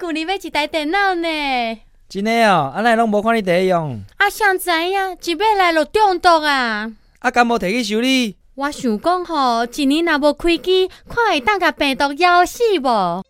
旧年买一台电脑呢，真的哦，安尼拢无看你第一用，啊，谁知影一买来就中毒啊！啊，敢无摕去修理？我想讲吼，一年若无开机，看会当甲病毒咬死无？